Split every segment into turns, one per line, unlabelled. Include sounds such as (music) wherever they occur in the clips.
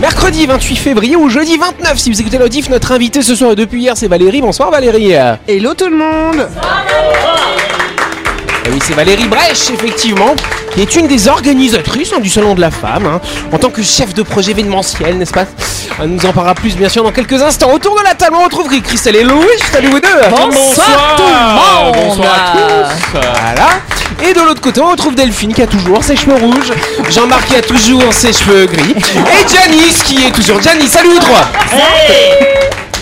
mercredi 28 février ou jeudi 29 si vous écoutez l'auditif. Notre invité ce soir et depuis hier, c'est Valérie. Bonsoir Valérie.
Hello tout le monde
Eh oui, c'est Valérie Brèche, effectivement, qui est une des organisatrices hein, du Salon de la Femme, hein, en tant que chef de projet événementiel, n'est-ce pas Elle nous en parlera plus, bien sûr, dans quelques instants. Autour de la table, on retrouve Christelle et Louis. Salut vous deux
Bonsoir tout le monde
Bonsoir à tous
Voilà. Et de l'autre côté, on retrouve Delphine qui a toujours ses cheveux rouges, Jean-Marc qui a toujours ses cheveux gris, et Janice qui est toujours Janice. Salut les trois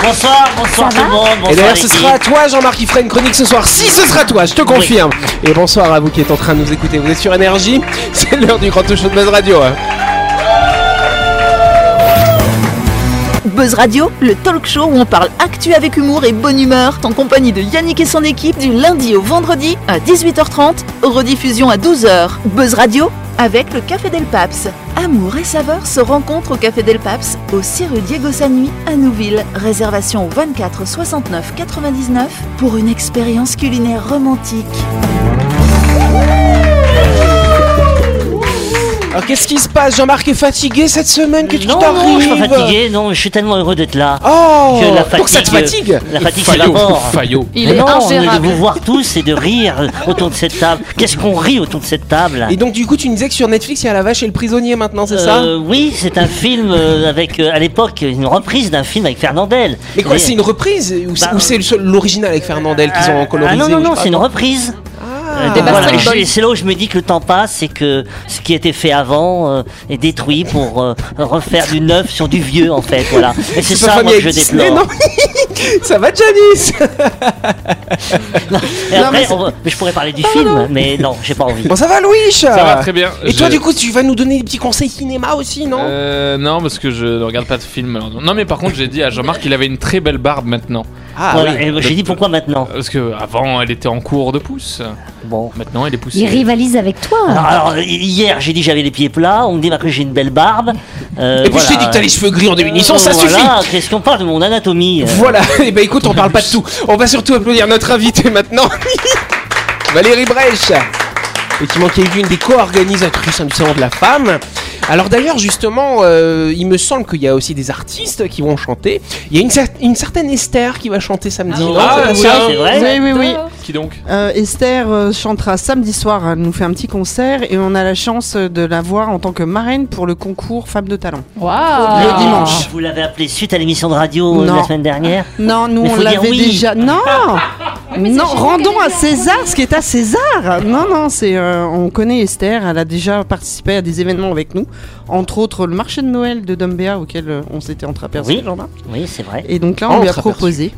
Bonsoir, bonsoir tout le monde,
Et
bonsoir
d'ailleurs, ce
l'équipe.
sera à toi, Jean-Marc, qui fera une chronique ce soir. Si ce sera toi, je te confirme. Et bonsoir à vous qui êtes en train de nous écouter. Vous êtes sur Énergie (laughs) C'est l'heure du grand show de Buzz Radio. hein.
Buzz Radio, le talk show où on parle actu avec humour et bonne humeur, en compagnie de Yannick et son équipe du lundi au vendredi à 18h30, rediffusion à 12h. Buzz Radio avec le Café Del Paps. Amour et saveur se rencontrent au Café Del Paps, au 6 rue Diego Sanui à Nouville. Réservation au 24 69 99 pour une expérience culinaire romantique.
Alors, qu'est-ce qui se passe Jean-Marc est fatigué cette semaine Qu'est-ce qui
Non, non, je suis pas
t'arrive
fatigué, non, je suis tellement heureux d'être là.
Oh
Que la
Donc, ça te
fatigue,
fatigue
la fatigue, c'est la mort.
Fayot.
Il
Mais
est
non,
ingérable.
de vous voir tous et de rire euh, autour de cette table. Qu'est-ce qu'on rit autour de cette table
Ah, Et donc, du coup, tu nous disais que sur Netflix, il y a la vache et le prisonnier maintenant, c'est ça
Euh, Oui, c'est un film euh, avec, euh, à l'époque, une reprise d'un film avec Fernandel.
Mais quoi, c'est une reprise Ou c'est-
Bah,
ou c'est le seul- l'original avec Fernandel qu'ils ont colorisé
Ah non,
ou
non,
je
non,
sais pas
c'est une
quoi.
reprise. Euh,
Ah.
donc
Des
voilà,
Backstreet
je-
Boys.
et c'est là où je me dis que le temps passe et que ce qui a été fait avant euh, est détruit pour euh, refaire du neuf sur du vieux en fait. Voilà. Et c'est
pas
ça moi,
familier
que je
avec Disney,
déplore.
non (laughs) Ça va,
(laughs)
Janice
Et après, on va- mais je pourrais parler du film, mais non, j'ai pas envie.
Bon, ça va, Louis
Ça va très bien.
Ah. Et
Je-
toi, du coup, tu vas nous donner des petits conseils cinéma aussi, non
Euh, non, parce que je ne regarde pas de film. malheureusement. Non, mais par contre, j'ai dit à Jean-Marc qu'il avait une très belle barbe maintenant.
Ah,
Voilà,
oui. Euh,
et moi, j'ai dit pourquoi maintenant
Parce que avant, elle était en cours de pouce.
Bon.
Maintenant, elle est poussée.
Il rivalise avec
Alors,
toi.
alors, hier, j'ai dit j'avais les pieds plats, on me dit maintenant que j'ai une belle barbe. Euh,
Et puis
voilà.
je t'ai dit que t'as les cheveux gris en diminution,
Euh,
ça suffit
Voilà, qu'est-ce qu'on parle de mon anatomie euh.
Voilà, (laughs) et ben écoute, on parle pas de tout. On va surtout applaudir notre invité maintenant, (laughs) Valérie Brèche, et qui manquait une des co-organisatrices hein, du Salon de la Femme. Alors d'ailleurs, justement, euh, il me semble qu'il y a aussi des artistes qui vont chanter. Il y a une, cer- une certaine Esther qui va chanter samedi. non
Ah,
C'est
oui.
ça
c'est vrai.
Oui, oui, oui.
Qui donc
Euh, Esther euh, chantera samedi soir, elle nous fait un petit concert et on a la chance euh, de la voir en tant que marraine pour le concours Femmes de Talent.
Waouh.
Le dimanche.
Ah, Vous l'avez appelé suite à l'émission de radio euh, de
Non.
la semaine dernière
Non, nous
Mais
on
faut dire
l'avait
oui. (laughs)
déjà. Non
c'est
Non,
Gilles
rendons
Carré
hein.
à
qui a
César ce qui est à César Non, non, c'est euh, on connaît Esther, elle a déjà participé à des événements avec nous, entre autres le marché de Noël de Dombéa auquel euh, on s'était entreaperçu,
Oui. Oh,
Jean-Marc.
Oui, c'est vrai.
Et donc là,
Ah,
on
on
lui a
s'est aperçu.
proposé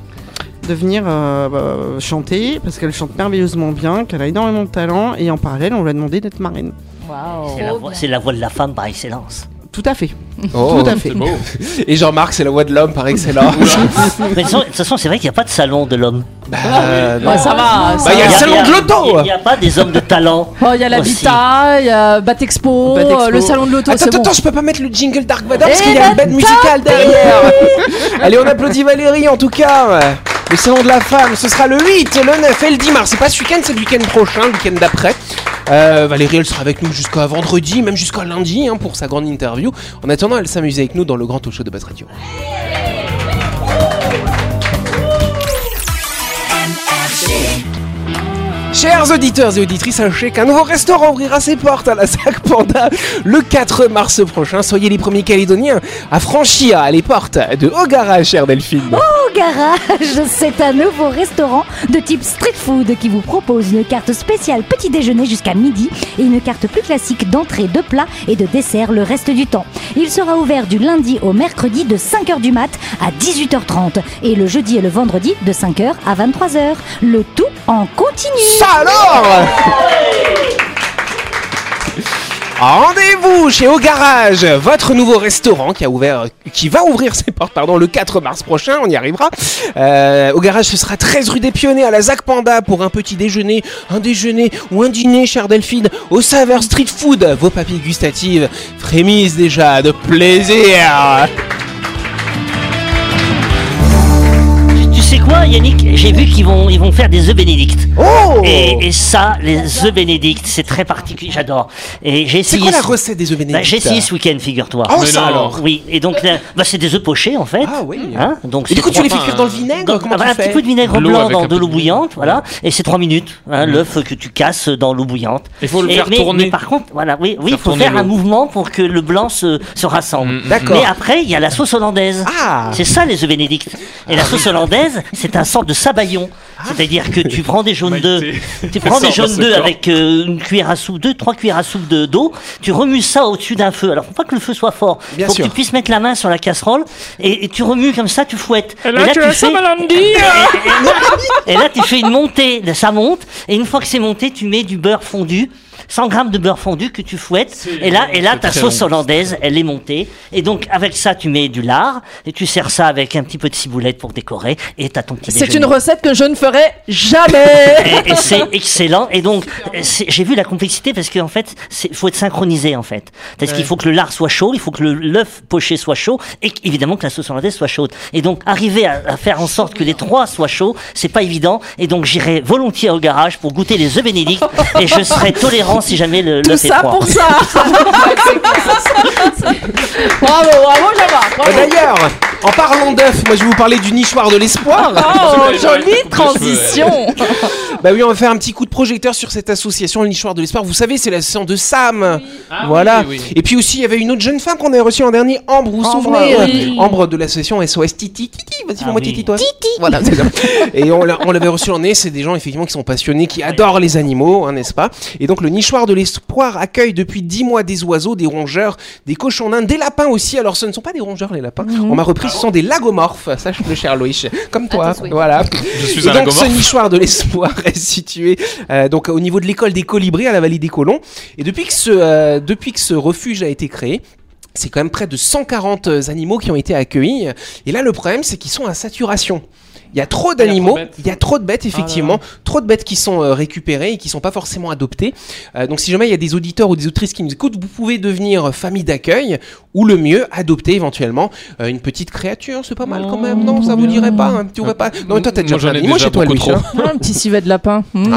de venir euh, bah, chanter parce qu'elle chante merveilleusement bien, qu'elle a énormément de talent et en parallèle, on lui a demandé d'être marraine.
Waouh.
C'est la, voix- c'est la voix de la femme par excellence.
Tout à fait.
Oh.
Tout à fait.
C'est beau.
Et Jean-Marc, c'est la voix de l'homme par excellence. (laughs)
Mais de toute façon- de toute façon, c'est vrai qu'il n'y a pas de salon de l'homme.
Euh, non.
Ouais,
Ah,
ça va.
Bah,
ça
il y a
va.
le salon de l'auto.
Il n'y a pas des hommes de talent.
Oh, Il y a l'habitat, il y a Batexpo,
Batexpo.
euh, le salon de l'auto,
Attends,
c'est
attends,
bon.
je peux pas mettre le jingle Dark Vador parce
Eh
qu'il y a une
ben,
bête
(laughs)
musicale derrière. Allez, on applaudit Valérie en tout cas. Le salon de la femme, ce sera le 8, le 9 et le 10 mars. C'est pas ce week-end, c'est le week-end prochain, le week-end d'après. Euh, Valérie, elle sera avec nous jusqu'à vendredi, même jusqu'à lundi hein, pour sa grande interview. En attendant, elle s'amuse avec nous dans le grand talk show de Buzz Radio. Chers auditeurs et auditrices, sachez qu'un nouveau restaurant ouvrira ses portes à la SAC Panda le 4 mars prochain. Soyez les premiers Calédoniens à franchir les portes de Ogara, chère Delphine.
Au garage, c'est un nouveau restaurant de type street food qui vous propose une carte spéciale petit déjeuner jusqu'à midi et une carte plus classique d'entrée, de plat et de dessert le reste du temps. Il sera ouvert du lundi au mercredi de 5h du mat à 18h30 et le jeudi et le vendredi de 5h à 23h. Le tout en continu.
Ça alors Rendez-vous chez Au Garage, votre nouveau restaurant qui a ouvert, qui va ouvrir ses portes, pardon, le 4 mars prochain, on y arrivera. Euh, au Garage, ce sera 13 rue des Pionniers à la Zac Panda pour un petit déjeuner, un déjeuner ou un dîner, chère Delphine, au saveur street food. Vos papilles gustatives frémissent déjà de plaisir.
Tu sais sais quoi, Yannick J'ai vu qu'ils vont, ils vont faire des E œufs bénédicts.
Oh
Et, et ça, les œufs bénédicts, c'est très particulier. J'adore. Et j'ai
C'est
essayé.
quoi la
ce-
recette des œufs bénédicts
bah, J'ai essayé ce week-end, figure-toi.
Oh,
Mais
ça
non.
alors
Oui, et donc là, bah, c'est des œufs pochés en fait.
Ah oui.
Hein donc
Et
c'est
du coup, tu
trois-
les fais cuire dans le vinaigre
Donc,
Comment
ah, voilà,
tu
un petit
fais
peu de vinaigre
De l'eau
blanc
avec un
dans de
peu
l'eau
de- Mmh.
bouillante, voilà, et c'est 3 minutes, hein, l'œuf que tu casses dans l'eau bouillante.
Il faut le
Et-
faire
mais,
tourner.
mais par contre, voilà, oui, oui,
Faire
faut
tourner
faire un
l'eau.
mouvement pour que le blanc se, se rassemble.
Mm, mm,
D'accord.
Mais après, il y a la sauce hollandaise.
Ah.
C'est ça les œufs bénédicts. Et
Ah,
la sauce hollandaise, c'est un sort de sabayon. C'est-à-dire que tu prends des jaunes d'œufs,
Maïté.
tu prends
Sors
des
de
jaunes
ce
d'œufs
corps.
avec euh, une cuillère à soupe, deux, trois cuillères à soupe de- d'eau, tu remues ça au-dessus d'un feu. Alors faut pas que le feu soit fort,
Bien
faut
sûr.
que tu puisses mettre la main sur la casserole et, et tu remues comme ça, tu fouettes. Et
là, tu as
(laughs)
ça,
et, et- et là, tu fais une montée, là, ça monte, et une fois que c'est monté, tu mets du beurre fondu. 100 grammes de beurre fondu que tu fouettes et là et là
c'est
ta
très
sauce
bon.
hollandaise elle est montée et donc avec ça tu mets du lard et tu sers ça avec un petit peu de ciboulette pour décorer et t'as ton petit
C'est une
déjeuner.
recette que je ne ferai jamais.
(laughs) Et, et c'est excellent. Et donc, c'est- j'ai vu la complexité parce qu'en fait, il faut être synchronisé en fait. Parce qu'il faut que le lard soit chaud, il faut que le- l'œuf poché soit chaud et qu- évidemment que la sauce hollandaise soit chaude. Et donc, arriver à, à faire en sorte que les trois soient chauds, c'est pas évident. Et donc, j'irai volontiers au garage pour goûter les œufs bénédicts et je serai tolérant si jamais le
Tout
l'œuf est
ça
froid.
pour
(laughs)
ça. bravo, bravo, Jamar.
Euh,
Bravo.
D'ailleurs, en parlant d'œufs, moi je vais vous parler du nichoir de
(laughs)
Bah,
l'espoir.
Oh,
J'aurais coupé
jolie
les cheveux,
transition. (laughs)
bah oui, on va faire un petit coup de projecteur sur cette association, le nichoir de l'espoir. Vous savez, c'est l'association de Sam.
Ah
voilà.
oui, oui.
Et puis aussi, il y avait une autre jeune femme qu'on avait reçue l'an dernier, Ambre, vous vous
Ambre,
souvenez euh,
oui.
Ambre de l'association SOS Titi. Titi, vas-y,
Ah
fais-moi
oui.
Titi, toi. Titi. Voilà, c'est ça. Et on l'a- on l'avait reçue l'an dernier, c'est des gens effectivement qui sont passionnés, qui adorent les animaux, hein, n'est-ce pas Et donc, le nichoir de l'espoir accueille depuis 10 mois des oiseaux, des rongeurs, des cochons nains, des lapins aussi. Alors, ce ne sont pas des rongeurs, les lapins. On m'a repris, ce sont des lagomorphes, sache-le, cher Loïc. Comme toi.
Attention, oui.
Voilà.
Je suis
Et
un
donc ce
lagomorphe.
nichoir de l'espoir (laughs) est situé euh, donc au niveau de l'école des colibris à la vallée des colons. Et depuis que ce, euh, depuis que ce refuge a été créé, c'est quand même près de 140 animaux qui ont été accueillis. Et là, le problème, c'est qu'ils sont à saturation. Il y a trop d'animaux,
trop de bêtes. Ah
il y a trop de bêtes, effectivement, trop de bêtes qui sont euh, récupérées et qui sont pas forcément adoptées. Euh, donc, si jamais il y a des auditeurs ou des autrices qui nous écoutent, vous pouvez devenir famille d'accueil ou le mieux, adopter éventuellement euh, une petite créature. C'est pas mal quand même, non Ça vous dirait pas hein, Tu aurais pas Non, mais toi, t'as
Moi,
déjà
j'en
plein
ai
d'animaux
déjà
chez toi,
beaucoup
Louis.
trop.
hein
Un petit civet de lapin. Mm.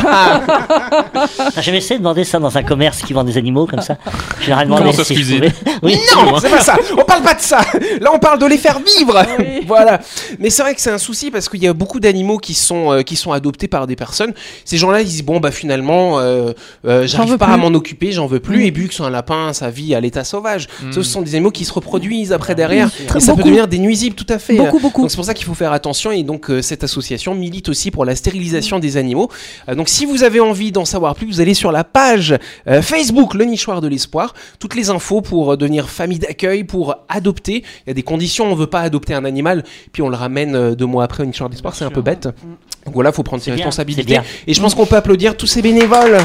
Ah,
Ah, J'ai jamais essayé de demander ça dans un commerce qui vend des animaux comme ça. Généralement,
Comment
les-
ça se
si je
cuisine
pouvais- Oui.
hein.
Non, c'est pas ça. On parle pas de ça. Là, on parle de les faire
Ah
vivre. (laughs) voilà. Mais c'est vrai que c'est un souci parce qu'il y a beaucoup d'animaux qui sont euh, qui sont adoptés par des personnes. Ces gens-là, ils disent bon bah finalement, euh, euh, j'arrive
veux
pas à
plus.
m'en occuper, j'en veux plus. Et vu que c'est un lapin, ça vit à l'état sauvage.
Mm.
Ce sont des animaux qui se reproduisent après derrière.
Très-
et ça peut
beaucoup.
devenir des nuisibles, tout à fait.
Beaucoup, beaucoup.
Donc c'est pour ça qu'il faut faire attention et donc euh, cette association milite aussi pour la stérilisation des animaux. Euh, donc si vous avez envie d'en savoir plus, vous allez sur la page euh, Facebook Le Nichoir de l'Espoir. Toutes les infos pour euh, devenir famille d'accueil, pour adopter. Il y a des conditions, on ne veut pas adopter un animal, puis on le ramène euh, deux mois après au Nichoir de l'Espoir, c'est un peu bête. Donc voilà, il faut prendre ses
C'est bien, c'est
responsabilités.
bien.
Et je pense qu'on peut applaudir tous ces bénévoles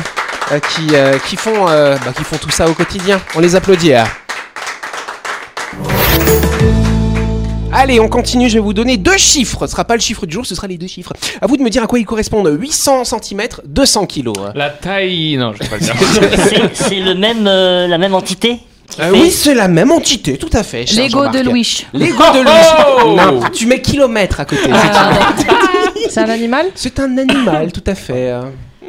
euh, qui, euh, qui, font, euh, bah, qui font tout ça au quotidien. On les applaudit. hein. Allez, on continue, je vais vous donner deux chiffres. Ce sera pas le chiffre du jour, ce sera les deux chiffres. À vous de me dire à quoi ils correspondent. 800 cm, 200 kg.
La taille. Non, je vais
(laughs)
pas le dire.
C'est- C'est le même, euh, la même entité. qui fait-
oui, c'est la même entité, tout à fait. cher
L'ego
Jean-Marc.
de Louis.
L'ego de
Oh
Louis. Non, tu mets kilomètre à côté.
Ah. C'est un animal
C'est un animal, tout à fait.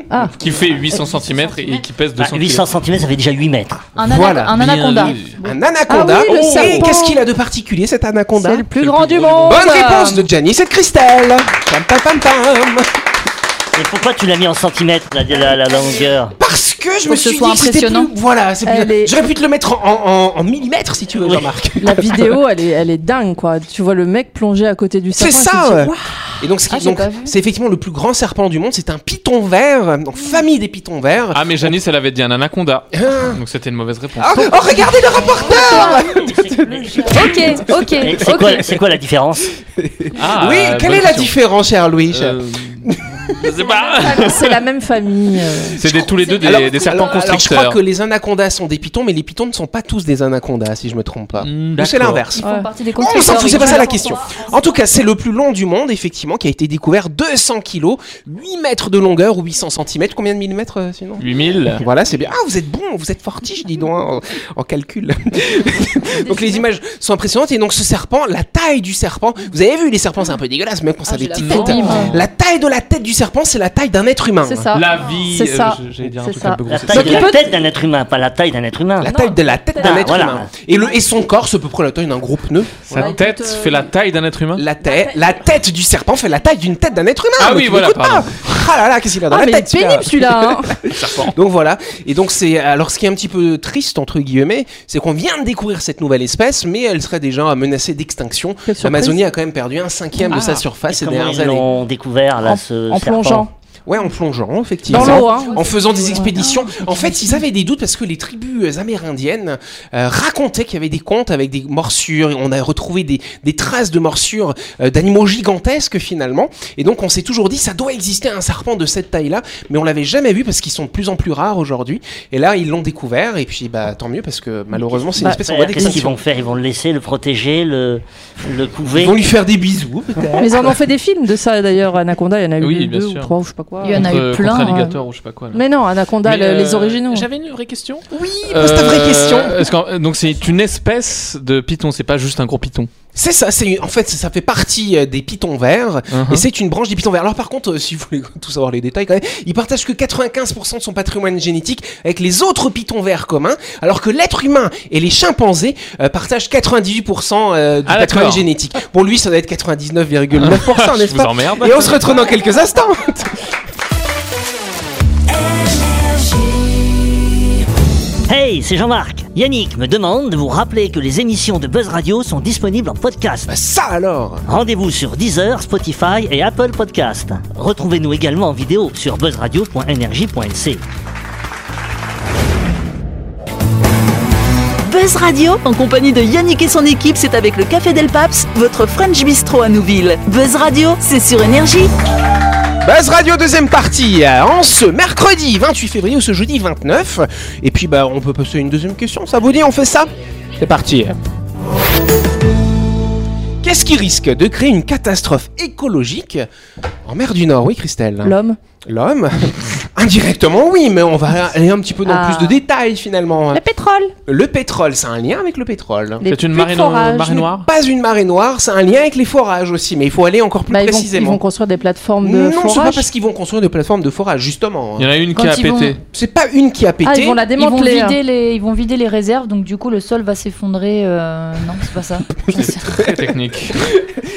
euh.
qui fait 800 cm et qui pèse
Bah,
200
800 cm, ça fait déjà 8 mètres.
Un, ana-
Voilà.
un
Bien
anaconda.
vu.
Un anaconda.
Ah oui, le
Oh, et
serpent.
qu'est-ce qu'il a de particulier cet anaconda
bah,
C'est le plus
le
grand
plus
du
gros
monde.
Bonne réponse de Janice et de Christelle. Pam pam pam pam.
Mais pourquoi tu l'as mis en centimètres, la, la, la longueur
Parce que je
Pour
me
que ce
suis dit
soit
que c'était
impressionnant.
plus- Voilà, c'est
Elle
plus...
est-
J'aurais pu te le mettre en, en- en millimètres si tu veux,
Oui.
Jean-Marc.
La vidéo, elle est, elle est dingue, quoi. Tu vois le mec plongé à côté du serpent. et
C'est
tu
ça.
te
ouais.
dis, Ouah,
Et donc, ce qui-
Ah, j'ai
donc,
pas vu.
c'est effectivement le plus grand serpent du monde. C'est un python vert, donc famille des pitons verts. Euh,
Ah, mais Janice, elle avait dit un anaconda.
Ah.
Donc c'était une mauvaise réponse.
Oh, oh, regardez le rapporteur
(laughs) Ok,
Et
ok,
C'est quoi,
ok.
c'est quoi la différence
Ah,
Oui,
euh,
quelle
bonne
est la
question.
différence, cher Louis
Euh, Je sais pas.
(laughs)
C'est la même famille. euh.
C'est des- tous les deux des,
Alors-
des serpents
alors- alors,
constricteurs.
je crois que les anacondas sont des pitons, mais les pitons ne sont pas tous des anacondas, si je me trompe pas.
Hmm,
Ou c'est
d'accord.
l'inverse.
Ouais.
partie des
On s'en fout, c'est pas Oh, ça la
constructeurs.
question. En tout cas, c'est le plus long du monde, effectivement, qui a été découvert 200 kilos, 8 mètres de longueur ou 800 cm. Combien de millimètres euh, sinon
8000.
Voilà, c'est bien. Ah, vous êtes bon, vous êtes fortiche, dis donc, hein, en, en calcul. donc les images sont impressionnantes. Et donc ce serpent, la taille du serpent, vous avez vu, les serpents, c'est un peu dégueulasse, même quand ça a des petites têtes. hein. La taille de la tête du serpent, c'est la taille d'un être humain. hein.
C'est ça.
La vie.
Ah, C'est
euh,
ça.
je- J'allais dire un
C'est
truc
ça.
un peu gros.
La
c'est
taille
Donc,
de
il
la
peut-
tête d'un être humain, pas la taille d'un être humain.
La taille de la tête d'un
Ah,
être
voilà.
humain. Et, le, et son corps, c'est à peu près la taille d'un gros pneu.
Sa tête fait
euh,
la taille d'un être humain
La tête, la tête du serpent fait la taille d'une tête d'un être humain.
Ah
mais
oui,
tu
voilà,
m'écoutes
pardon.
pas. Ah là là, qu'est-ce qu'il a dans
Ah,
la
mais il
tête
est pénible
celui-là. (laughs)
celui-là. hein.
Donc voilà. Et donc c'est alors ce qui est un petit peu triste entre guillemets, c'est qu'on vient de découvrir cette nouvelle espèce, mais elle serait déjà menacée d'extinction.
Quelle surprise.
L'Amazonie a quand même perdu un cinquième de sa surface ces
Comment
dernières
ils
années.
l'ont découvert là, ce
En
serpent
plongeant.
Ouais, en plongeant effectivement.
Dans l'eau, hein.
en faisant des expéditions. En fait, ils avaient des doutes parce que les tribus amérindiennes euh, racontaient qu'il y avait des contes avec des morsures. Et On a retrouvé des, des traces de morsures euh, d'animaux gigantesques finalement. Et donc, on s'est toujours dit, ça doit exister un serpent de cette taille-là, mais on l'avait jamais vu parce qu'ils sont de plus en plus rares aujourd'hui. Et là, ils l'ont découvert. Et puis, bah, tant mieux parce que malheureusement, c'est une
Bah,
espèce en voie
C'est-à-dire, Qu'est-ce qu'ils
d'extinction.
vont faire Ils vont le laisser, le protéger, le, le couver
Ils vont lui faire des bisous, peut-être.
Mais ils
(laughs)
en ont fait des films de ça d'ailleurs. Anaconda, il y en a eu
Oui, bien
deux ou
sûr.
trois ou je sais pas quoi.
Il y en a
Contre-
eu plein,
Contre alligator ou je sais pas quoi. là.
Mais non, Anaconda,
Mais,
le- les
euh,
originaux.
J'avais une vraie question.
Oui, pose ta vraie
Euh,
question.
est-ce qu'en- donc c'est une espèce de python, c'est pas juste un gros python.
C'est ça, c'est en fait ça fait partie euh, des pitons verts
Uh-huh. Hein
et c'est une branche des pitons verts. Alors par contre, euh, si vous voulez (laughs) tout savoir les détails quand même, ils partagent que 95% de son patrimoine génétique avec les autres pitons verts communs, alors que l'être humain et les chimpanzés euh, partagent 98% euh, du
Ah, d'accord.
patrimoine génétique. Pour lui, ça doit être 99,9%,
(laughs) Je
n'est-ce
vous
pas
emmerde.
Et on se retrouve dans quelques instants. (laughs)
Hey, c'est Jean-Marc. Yannick me demande de vous rappeler que les émissions de Buzz Radio sont disponibles en podcast.
Bah, ça alors.
Rendez-vous sur Deezer, Spotify et Apple Podcast. Retrouvez-nous également en vidéo sur buzzradio.energie.nc.
Buzz Radio, en compagnie de Yannick et son équipe, c'est avec le Café Del Paps, votre French Bistro à Nouville. Buzz Radio, c'est sur énergie.
Buzz Radio deuxième partie euh, en ce mercredi 28 février ou ce jeudi 29 et puis bah on peut poser une deuxième question ça vous dit on fait ça C'est parti Qu'est-ce qui risque de créer une catastrophe écologique en mer du Nord Oui Christelle
hein. L'homme.
L'homme (laughs) Indirectement oui mais on va aller un petit peu dans
Ah.
plus de détails finalement.
Le pétrole.
Le pétrole, c'est un lien avec le pétrole.
Les
C'est une marée,
puits de
euh,
no-
forage.
marée
Ce n'est
noire.
Pas une marée noire, c'est un lien avec les forages aussi mais il faut aller encore plus
Bah, ils, vont, ils
précisément.
vont construire des plateformes de
non, c'est pas
forage.
parce qu'ils vont construire des plateformes de forage justement. hein.
Il y en a une qui
Quand
a
ils
pété.
C'est pas une qui a pété.
Ah, ils vont la
Ils vont,
démanteler. hein.
vider les, ils vont vider les réserves, donc du coup le sol va s'effondrer. euh, Non, c'est pas ça.
Très technique.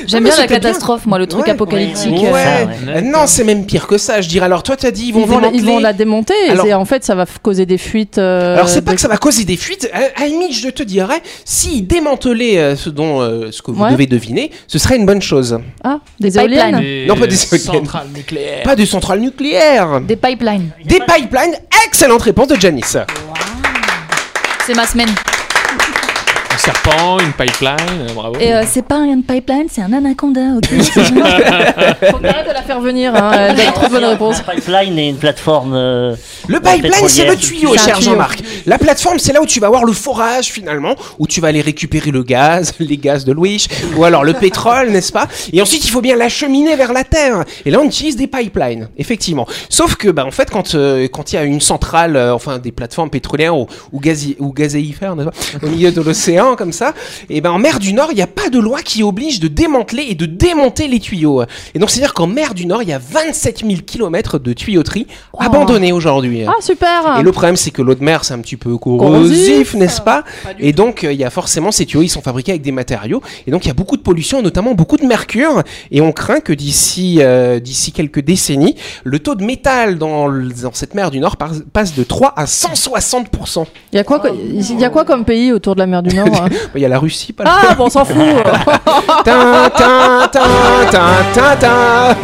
J'aime
mais
bien la
c'était bien.
catastrophe, moi, le truc
Ouais.
Ah,
apocalyptique.
Ouais.
Ça, ouais.
Euh, Non, c'est même pire que ça, je dirais. Alors toi, t'as dit ils
Ils
vont
vont, la, ils
démanteler.
vont la démonter et
Alors-
c'est- en fait ça va f- causer des fuites. euh,
Alors c'est pas
de-
que ça va causer des fuites. À, à la limite, je te dirais, s'ils démantelaient euh, ce dont euh, ce que vous
Ouais.
devez deviner, ce serait une bonne chose.
Ah, des
pipelines.
éoliennes.
Non, pas des centrales
nucléaires.
Pas de centrales nucléaires.
Des pipelines. (laughs)
Des pipelines. Excellente réponse de Janice.
C'est ma semaine.
Un serpent, une pipeline, euh, bravo.
Et euh, c'est pas un pipeline, c'est un anaconda, ok
(laughs)
Faut pas arrêter de la faire venir. Hein. Elle a une trop bonne réponse.
Un pipeline et une plateforme. euh,
Le
Pas
pipeline, c'est le
pétrolière.
tuyau,
C'est un
cher
tuyau.
Jean-Marc. La plateforme, c'est là où tu vas avoir le forage finalement, où tu vas aller récupérer le gaz, (laughs) les gaz de Louis, ou alors le pétrole, n'est-ce pas Et ensuite, il faut bien l'acheminer vers la terre. Et là, on utilise des pipelines, effectivement. Sauf que, bah, en fait, quand euh, quand il y a une centrale, euh, enfin des plateformes pétrolières ou, ou, gazi- ou gazéifères, n'est-ce pas au milieu de l'océan comme ça, et ben en mer du Nord, il n'y a pas de loi qui oblige de démanteler et de démonter les tuyaux. Et donc, c'est-à-dire qu'en mer du Nord, il y a 27 000 kilomètres de tuyauterie abandonnés aujourd'hui. hein.
Ah super.
Et le problème, c'est que l'eau de mer, c'est un petit peu corrosif,
Corrosif,
n'est-ce pas Et donc, euh, il y a forcément ces tuyaux, ils sont fabriqués avec des matériaux. Et donc, il y a beaucoup de pollution, notamment beaucoup de mercure. Et on craint que d'ici euh, d'ici quelques décennies, le taux de métal dans, le- dans cette mer du Nord par- passe de 3 à 160%.
Il y a quoi co- Il y a quoi comme pays autour de la mer du Nord
(laughs)
hein
Bah, Il y a la Russie, pas
Ah bon, on s'en fout. Ah.
le... Tin, tin, tin, tin, tin, tin.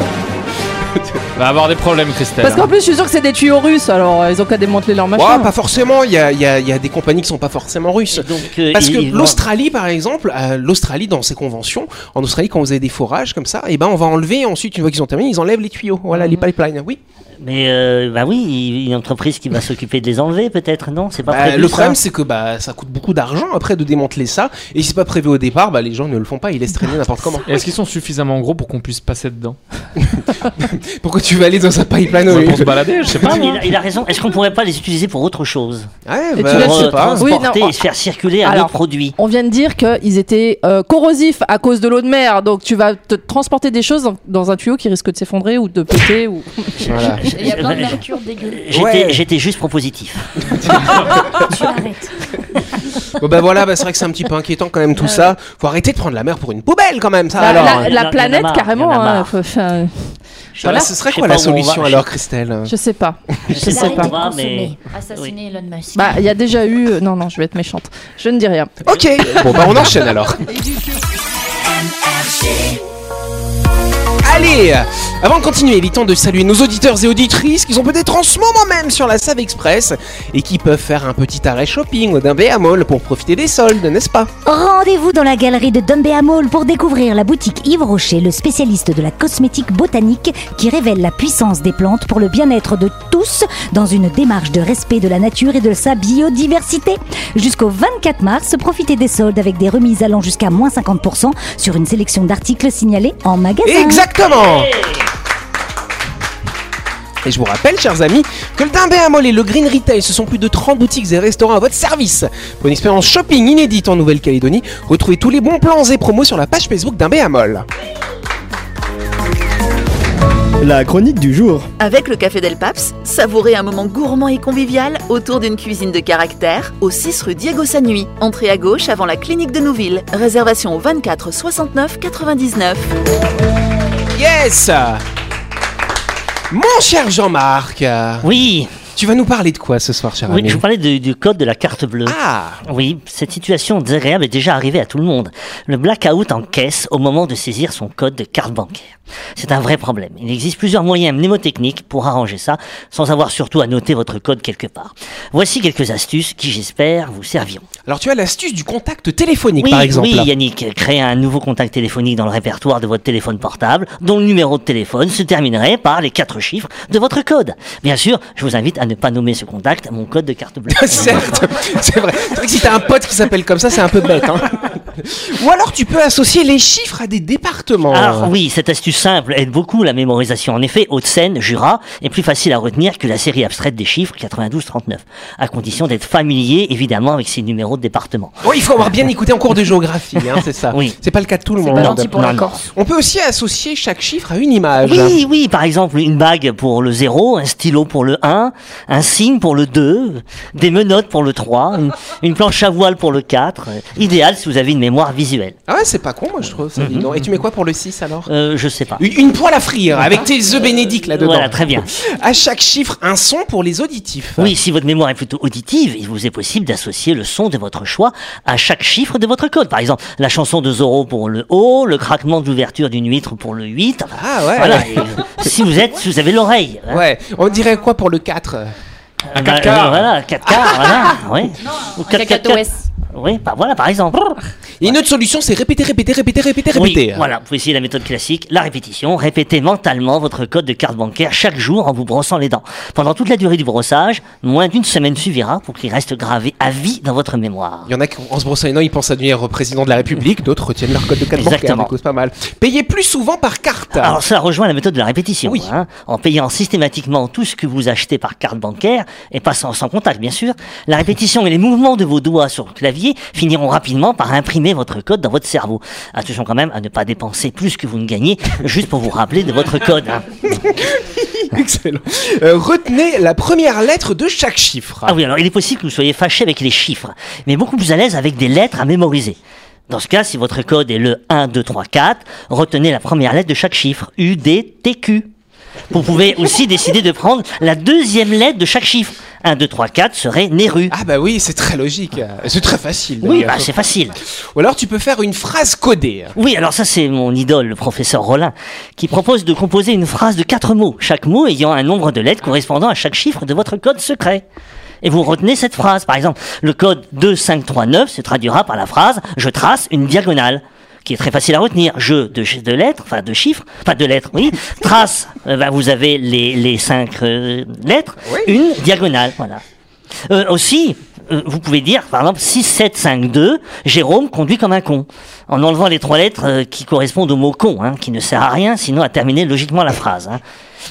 va avoir des problèmes, Christelle.
Parce qu'en plus, je suis sûr que c'est des tuyaux russes, alors euh, ils ont qu'à démanteler leur machin.
Ouais, pas forcément, il y a, il y a- il y a des compagnies qui sont pas forcément russes.
Et donc, euh,
Parce
il-
que
il-
l'Australie, par exemple, euh, l'Australie dans ses conventions, en Australie quand vous avez des forages comme ça, et ben on va enlever ensuite une fois qu'ils ont terminé, ils enlèvent les tuyaux, voilà
Mhm.
les pipelines. Oui.
Mais euh, bah oui, il il y a une entreprise qui va s'occuper de les enlever peut-être, non C'est pas
Bah,
prévu,
le
ça
problème c'est que bah ça coûte beaucoup d'argent après de démanteler ça, et si c'est pas prévu au départ, bah les gens ne le font pas, ils laissent
(laughs)
traîner n'importe comment.
Est-ce qu'ils sont suffisamment gros pour qu'on puisse passer dedans
Pourquoi tu vas aller dans un pipeline au-
Ouais, Pour se balader, je sais pas.
Non, mais il, a, il a raison. Est-ce qu'on pourrait pas les utiliser pour autre chose
Ouais,
Et
bah,
tu
je
laisses
sais
le
pas.
Oui, non,
Transporter
on-
et se faire circuler un
Alors-
autre produit.
On vient de dire qu'ils étaient euh, corrosifs à cause de l'eau de mer, donc tu vas te transporter des choses dans, dans un tuyau qui risque de s'effondrer ou de péter. Ou...
Voilà.
Il y a plein de mercure
(laughs)
dégueu.
J'étais
Ouais.
j'étais juste propositif.
Tu arrêtes.
Bon, bah voilà, bah, c'est vrai que c'est un petit peu inquiétant quand même tout ça. Faut arrêter de prendre la mer pour une poubelle quand même, ça.
La-
alors,
la, la
hein.
Ah, y en a
planète,
marre,
carrément.
y en a
hein,
marre.
faut- enfin,
Je-
Voilà, Bah, ce serait
je sais
quoi la
pas où on va.
solution
Je-
alors, Christelle
je sais pas.
Je
sais
où
pas.
on va, Ah, mais
Assassiner Elon Musk.
Bah, il y a déjà eu. euh, Non, non, je vais être méchante. Je ne dis rien.
Ok, bon bah on enchaîne alors. Allez, avant de continuer, il est temps de saluer nos auditeurs et auditrices qui sont peut-être en ce moment même sur la Save Express et qui peuvent faire un petit arrêt shopping au Dimbéa Mall pour profiter des soldes, n'est-ce pas
Rendez-vous dans la galerie de Dumbéa Mall pour découvrir la boutique Yves Rocher, le spécialiste de la cosmétique botanique qui révèle la puissance des plantes pour le bien-être de tous dans une démarche de respect de la nature et de sa biodiversité. Jusqu'au 24 mars, profitez des soldes avec des remises allant jusqu'à moins 50% sur une sélection d'articles signalés en magasin.
Exactement et je vous rappelle, chers amis, que le Dimbéa Mall et le Green Retail, ce sont plus de 30 boutiques et restaurants à votre service. Pour une expérience shopping inédite en Nouvelle-Calédonie, retrouvez tous les bons plans et promos sur la page Facebook Dimbéa Mall.
La chronique du jour.
Avec le Café Del Paps, savourez un moment gourmand et convivial autour d'une cuisine de caractère au 6 rue Diego Sanui. Entrée à gauche avant la clinique de Nouville. Réservation au 24 69 99.
Yes Mon cher Jean-Marc, euh,
Oui,
tu vas nous parler de quoi ce soir, cher
oui,
ami
je vous parlais du, du code de la carte bleue.
Ah
Oui, cette situation désagréable est déjà arrivée à tout le monde. Le blackout en caisse au moment de saisir son code de carte bancaire. C'est un vrai problème. Il existe plusieurs moyens mnémotechniques pour arranger ça, sans avoir surtout à noter votre code quelque part. Voici quelques astuces qui, j'espère, vous serviront.
Alors tu as l'astuce du contact téléphonique,
Oui,
par exemple.
oui, Yannick, créer un nouveau contact téléphonique dans le répertoire de votre téléphone portable, dont le numéro de téléphone se terminerait par les quatre chiffres de votre code. Bien sûr, je vous invite à ne pas nommer ce contact mon code
(laughs)
de carte bleue.
Certes, c'est vrai. C'est vrai que si t'as un pote qui s'appelle comme ça, c'est un peu bête. hein. Ou alors tu peux associer les chiffres à des départements.
Alors Ah, oui, cette astuce simple aide beaucoup la mémorisation. En effet, Haute-Seine, Jura est plus facile à retenir que la série abstraite des chiffres 92-39, à condition d'être familier évidemment avec ces numéros de département.
Bon, il faut avoir bien écouté en cours de géographie, hein, c'est ça.
Oui.
C'est pas le cas de tout le
C'est
monde.
pas gentil pour
non,
la
non.
Corse.
On peut aussi associer chaque chiffre à une image.
Oui, oui, par exemple une bague pour le 0, un stylo pour le 1, un signe pour le 2, des menottes pour le 3, une, une planche à voile pour le 4. euh, Idéal si vous avez une mémoire visuelle.
Ah ouais, c'est pas con, moi je trouve. Ça,
Mhm.
dis donc. Et tu mets quoi pour le 6 alors
Euh, je sais pas.
Une une poêle à frire avec tes œufs bénédicts là-dedans.
Voilà, très bien.
À chaque chiffre, un son pour les auditifs.
Oui, si votre mémoire est plutôt auditive, il vous est possible d'associer le son de votre choix à chaque chiffre de votre code. Par exemple, la chanson de Zorro pour le O, le craquement d'ouverture d'une huître pour le 8.
Ah ouais.
Voilà. Et, euh, si vous êtes, si vous avez l'oreille. hein.
Ouais, on dirait quoi pour le 4
Ah bah,
quatre quarts.
euh, voilà,
(laughs)
4 quarts, voilà. Ouais. Ou quatre, quatre, quatre.
Cacatoès.
Oui, bah voilà, par exemple.
Et une autre solution, c'est répéter, répéter, répéter, répéter, répéter.
Oui, voilà, vous pouvez essayer la méthode classique, la répétition, répétez mentalement votre code de carte bancaire chaque jour en vous brossant les dents. Pendant toute la durée du brossage, moins d'une semaine suffira pour qu'il reste gravé à vie dans votre mémoire.
Il y en a qui, en se brossant les dents, ils pensent à devenir président de la République, d'autres retiennent leur code de 4 bancaire,
Mm. Exactement. Ah,
du coup, c'est pas mal. Payer plus souvent par carte. (laughs)
Alors ça rejoint la méthode de la répétition.
hein. Oui.
hein. En payant systématiquement tout ce que vous achetez par carte bancaire, et pas sans, sans contact bien sûr, la répétition et les mouvements de vos doigts sur le clavier finiront rapidement par imprimer votre code dans votre cerveau. Attention quand même à ne pas dépenser plus que vous ne gagnez, juste pour vous rappeler de votre code. hein.
Excellent. Euh, retenez la première lettre de chaque chiffre.
Ah oui, alors il est possible que vous soyez fâché avec les chiffres, mais beaucoup plus à l'aise avec des lettres à mémoriser. Dans ce cas, si votre code est le 1, 2, 3, 4, retenez la première lettre de chaque chiffre, U, D, T, Q. Vous pouvez aussi décider de prendre la deuxième lettre de chaque chiffre, 1, 2, 3, 4 serait Neru.
Ah bah oui, c'est très logique. C'est très facile.
oui,
d'ailleurs.
bah, c'est facile.
Ou alors tu peux faire une phrase codée.
Oui, alors ça c'est mon idole, le professeur Rollin, qui propose de composer une phrase de quatre mots, chaque mot ayant un nombre de lettres correspondant à chaque chiffre de votre code secret. Et vous retenez cette phrase, par exemple, le code 2539 se traduira par la phrase je trace une diagonale, qui est très facile à retenir. Je de, chi- de lettres, enfin de chiffres, enfin de lettres, oui. Trace, euh, bah, vous avez les, les cinq euh, lettres, une diagonale, voilà. Euh, aussi, euh, vous pouvez dire, par exemple, 6, 7, 5, 2, Jérôme conduit comme un con, en enlevant les trois lettres euh, qui correspondent au mot con, hein, qui ne sert à rien sinon à terminer logiquement la phrase. hein.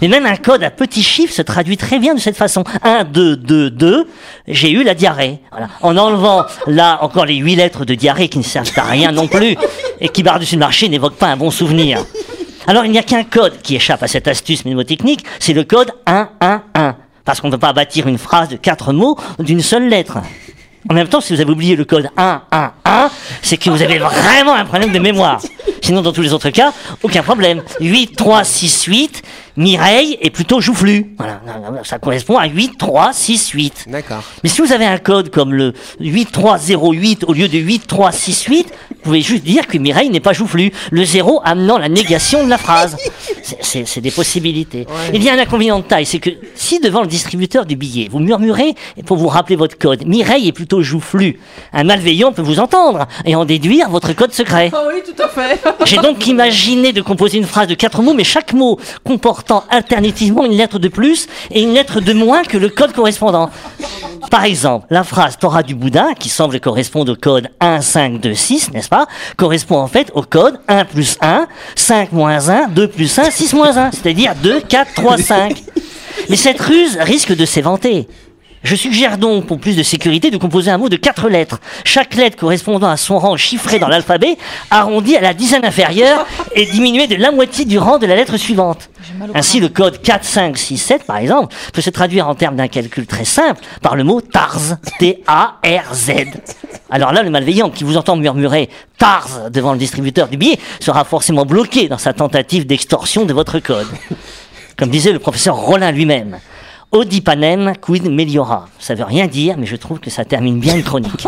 Mais même un code à petits chiffres se traduit très bien de cette façon. 1, 2, 2, 2, j'ai eu la diarrhée. Voilà. En enlevant là encore les huit lettres de diarrhée qui ne servent à rien non plus et qui, par-dessus le marché, n'évoquent pas un bon souvenir. Alors, il n'y a qu'un code qui échappe à cette astuce mnémotechnique, c'est le code 111. Parce qu'on ne peut pas bâtir une phrase de quatre mots d'une seule lettre. En même temps, si vous avez oublié le code 111, c'est que vous avez vraiment un problème de mémoire. Sinon, dans tous les autres cas, aucun problème. 8, 3, 6, 8, Mireille est plutôt joufflu. Voilà, ça correspond à 8, 3, 6, 8.
D'accord.
Mais si vous avez un code comme le 8308 au lieu de 8368, vous pouvez juste dire que Mireille n'est pas joufflu, le zéro amenant la négation de la phrase. C'est- C'est c'est des possibilités. Et bien, un inconvénient de taille, c'est que si devant le distributeur du billet, vous murmurez pour vous rappeler votre code, Mireille est plutôt joufflu, un malveillant peut vous entendre et en déduire votre code secret.
Ah oui, tout à fait.
J'ai donc imaginé de composer une phrase de quatre mots, mais chaque mot comportant alternativement une lettre de plus et une lettre de moins que le code correspondant. Par exemple, la phrase Torah du Bouddha, qui semble correspondre au code 1526, n'est-ce pas, correspond en fait au code 1 plus 1, 5 moins 1, 2 plus 1, 6 moins 1, c'est-à-dire 2, 4, 3, 5. Mais cette ruse risque de s'éventer. Je suggère donc, pour plus de sécurité, de composer un mot de quatre lettres, chaque lettre correspondant à son rang chiffré dans l'alphabet, arrondi à la dizaine inférieure et diminué de la moitié du rang de la lettre suivante. Ainsi, le code 4567, par exemple, peut se traduire en termes d'un calcul très simple par le mot TARZ, T-A-R-Z. Alors là, le malveillant qui vous entend murmurer TARZ devant le distributeur du billet sera forcément bloqué dans sa tentative d'extorsion de votre code. Comme disait le professeur Rollin lui-même. Odipanem quid meliora. Ça veut rien dire, mais je trouve que ça termine bien une chronique.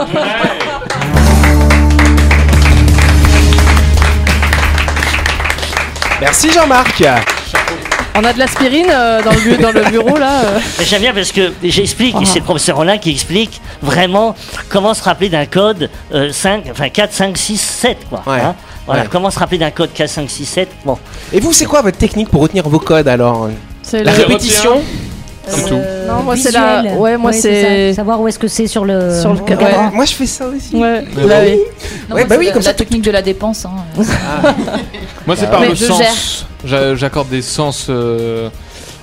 Merci Jean-Marc.
On a de l'aspirine euh, dans, le, bu- dans le bureau là. euh.
Mais J'aime bien parce que j'explique, et c'est le professeur Rollin qui explique vraiment comment se rappeler d'un code euh, 5, enfin 4, 5, 6, 7, quoi.
Ouais.
hein. voilà,
Ouais.
comment se rappeler d'un code 4, 5, 6, 7. Bon,
Et vous, c'est quoi votre technique pour retenir vos codes alors
C'est
La
le-
ré-
répétition
C'est tout.
Non, moi, c'est
visuel.
la- ouais, moi, c'est-
ça. Savoir où est-ce que c'est sur le.
Sur le ca-
cadran.
ouais.
Moi, je fais ça aussi.
Ouais,
Mais
là, oui.
Non,
Ouais,
moi,
bah
c'est
oui,
la-
comme ça,
La technique de la dépense. hein.
Moi, c'est par
Mais
le
je
sens. J'a- J'accorde des sens. euh,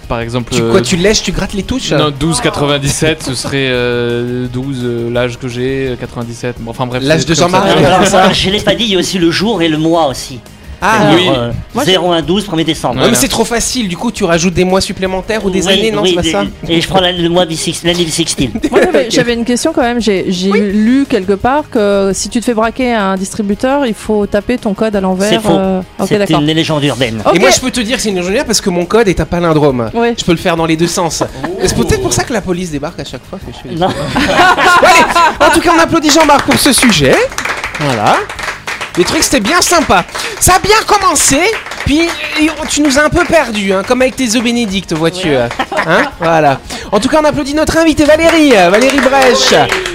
par exemple.
Tu,
euh,
quoi, tu lèches, tu grattes les touches
non, 12,97, ce serait euh, 12, euh, l'âge que j'ai, euh, 97. Bon, enfin bref.
L'âge de
c'est comme ça.
Jean-Marie.
(laughs)
Alors,
alors (laughs) ça.
je l'ai pas dit, il y a aussi le jour et le mois aussi.
Ah,
oui.
Euh, 0, 1, 12, 1er décembre.
Ouais, mais
Voilà.
c'est trop facile, du coup, tu rajoutes des mois supplémentaires ou des
Oui,
années, non,
oui,
c'est pas
des-
ça
Et je prends l'année- le mois bisex-
(laughs)
l'année bissextile.
Moi, j'avais- j'avais une question quand même. J'ai j'ai lu quelque part que si tu te fais braquer à un distributeur, il faut taper ton code à l'envers.
C'est faux.
euh, Ok,
C'est
d'accord.
une légende urbaine.
Ok.
Et moi, je peux te dire que c'est une ingénieure parce que mon code est un palindrome.
Ouais.
Je peux le faire dans les deux sens.
Oh.
C'est peut-être pour ça que la police débarque à chaque fois que je fais des
Non.
En tout cas, on applaudit Jean-Marc pour ce sujet. Voilà. Les trucs, c'était bien sympa. Ça a bien commencé, puis et on- tu nous as un peu perdu, hein, comme avec tes œufs bénédictes, vois-tu. Hein voilà. En tout cas, on applaudit notre invitée Valérie, euh, Valérie Brèche,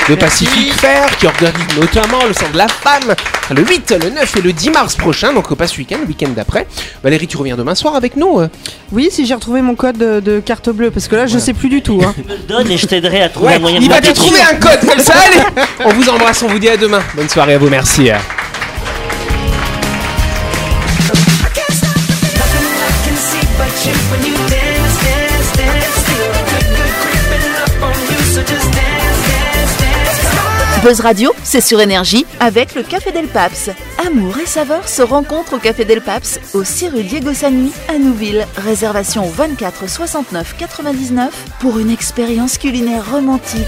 de Pacific Fair, qui organise notamment le Centre de la Femme le 8, le 9 et le 10 mars prochain, donc euh, pas ce week-end, le week-end d'après. Valérie, tu reviens demain soir avec nous. euh.
Oui, si j'ai retrouvé mon code de, de carte bleue, parce que là, je sais plus du tout. hein.
me le donne et je t'aiderai à trouver
Ouais,
un moyen
il
de
va te
m'attaquer.
trouver un code comme ça. Allez, on vous embrasse, on vous dit à demain. Bonne soirée à vous, merci. euh.
Buzz Radio, c'est sur énergie avec le Café Del Paps. Amour et saveur se rencontrent au Café Del Paps, au 6 rue Diego Sanui à Nouville. Réservation au 24 69 99 pour une expérience culinaire romantique.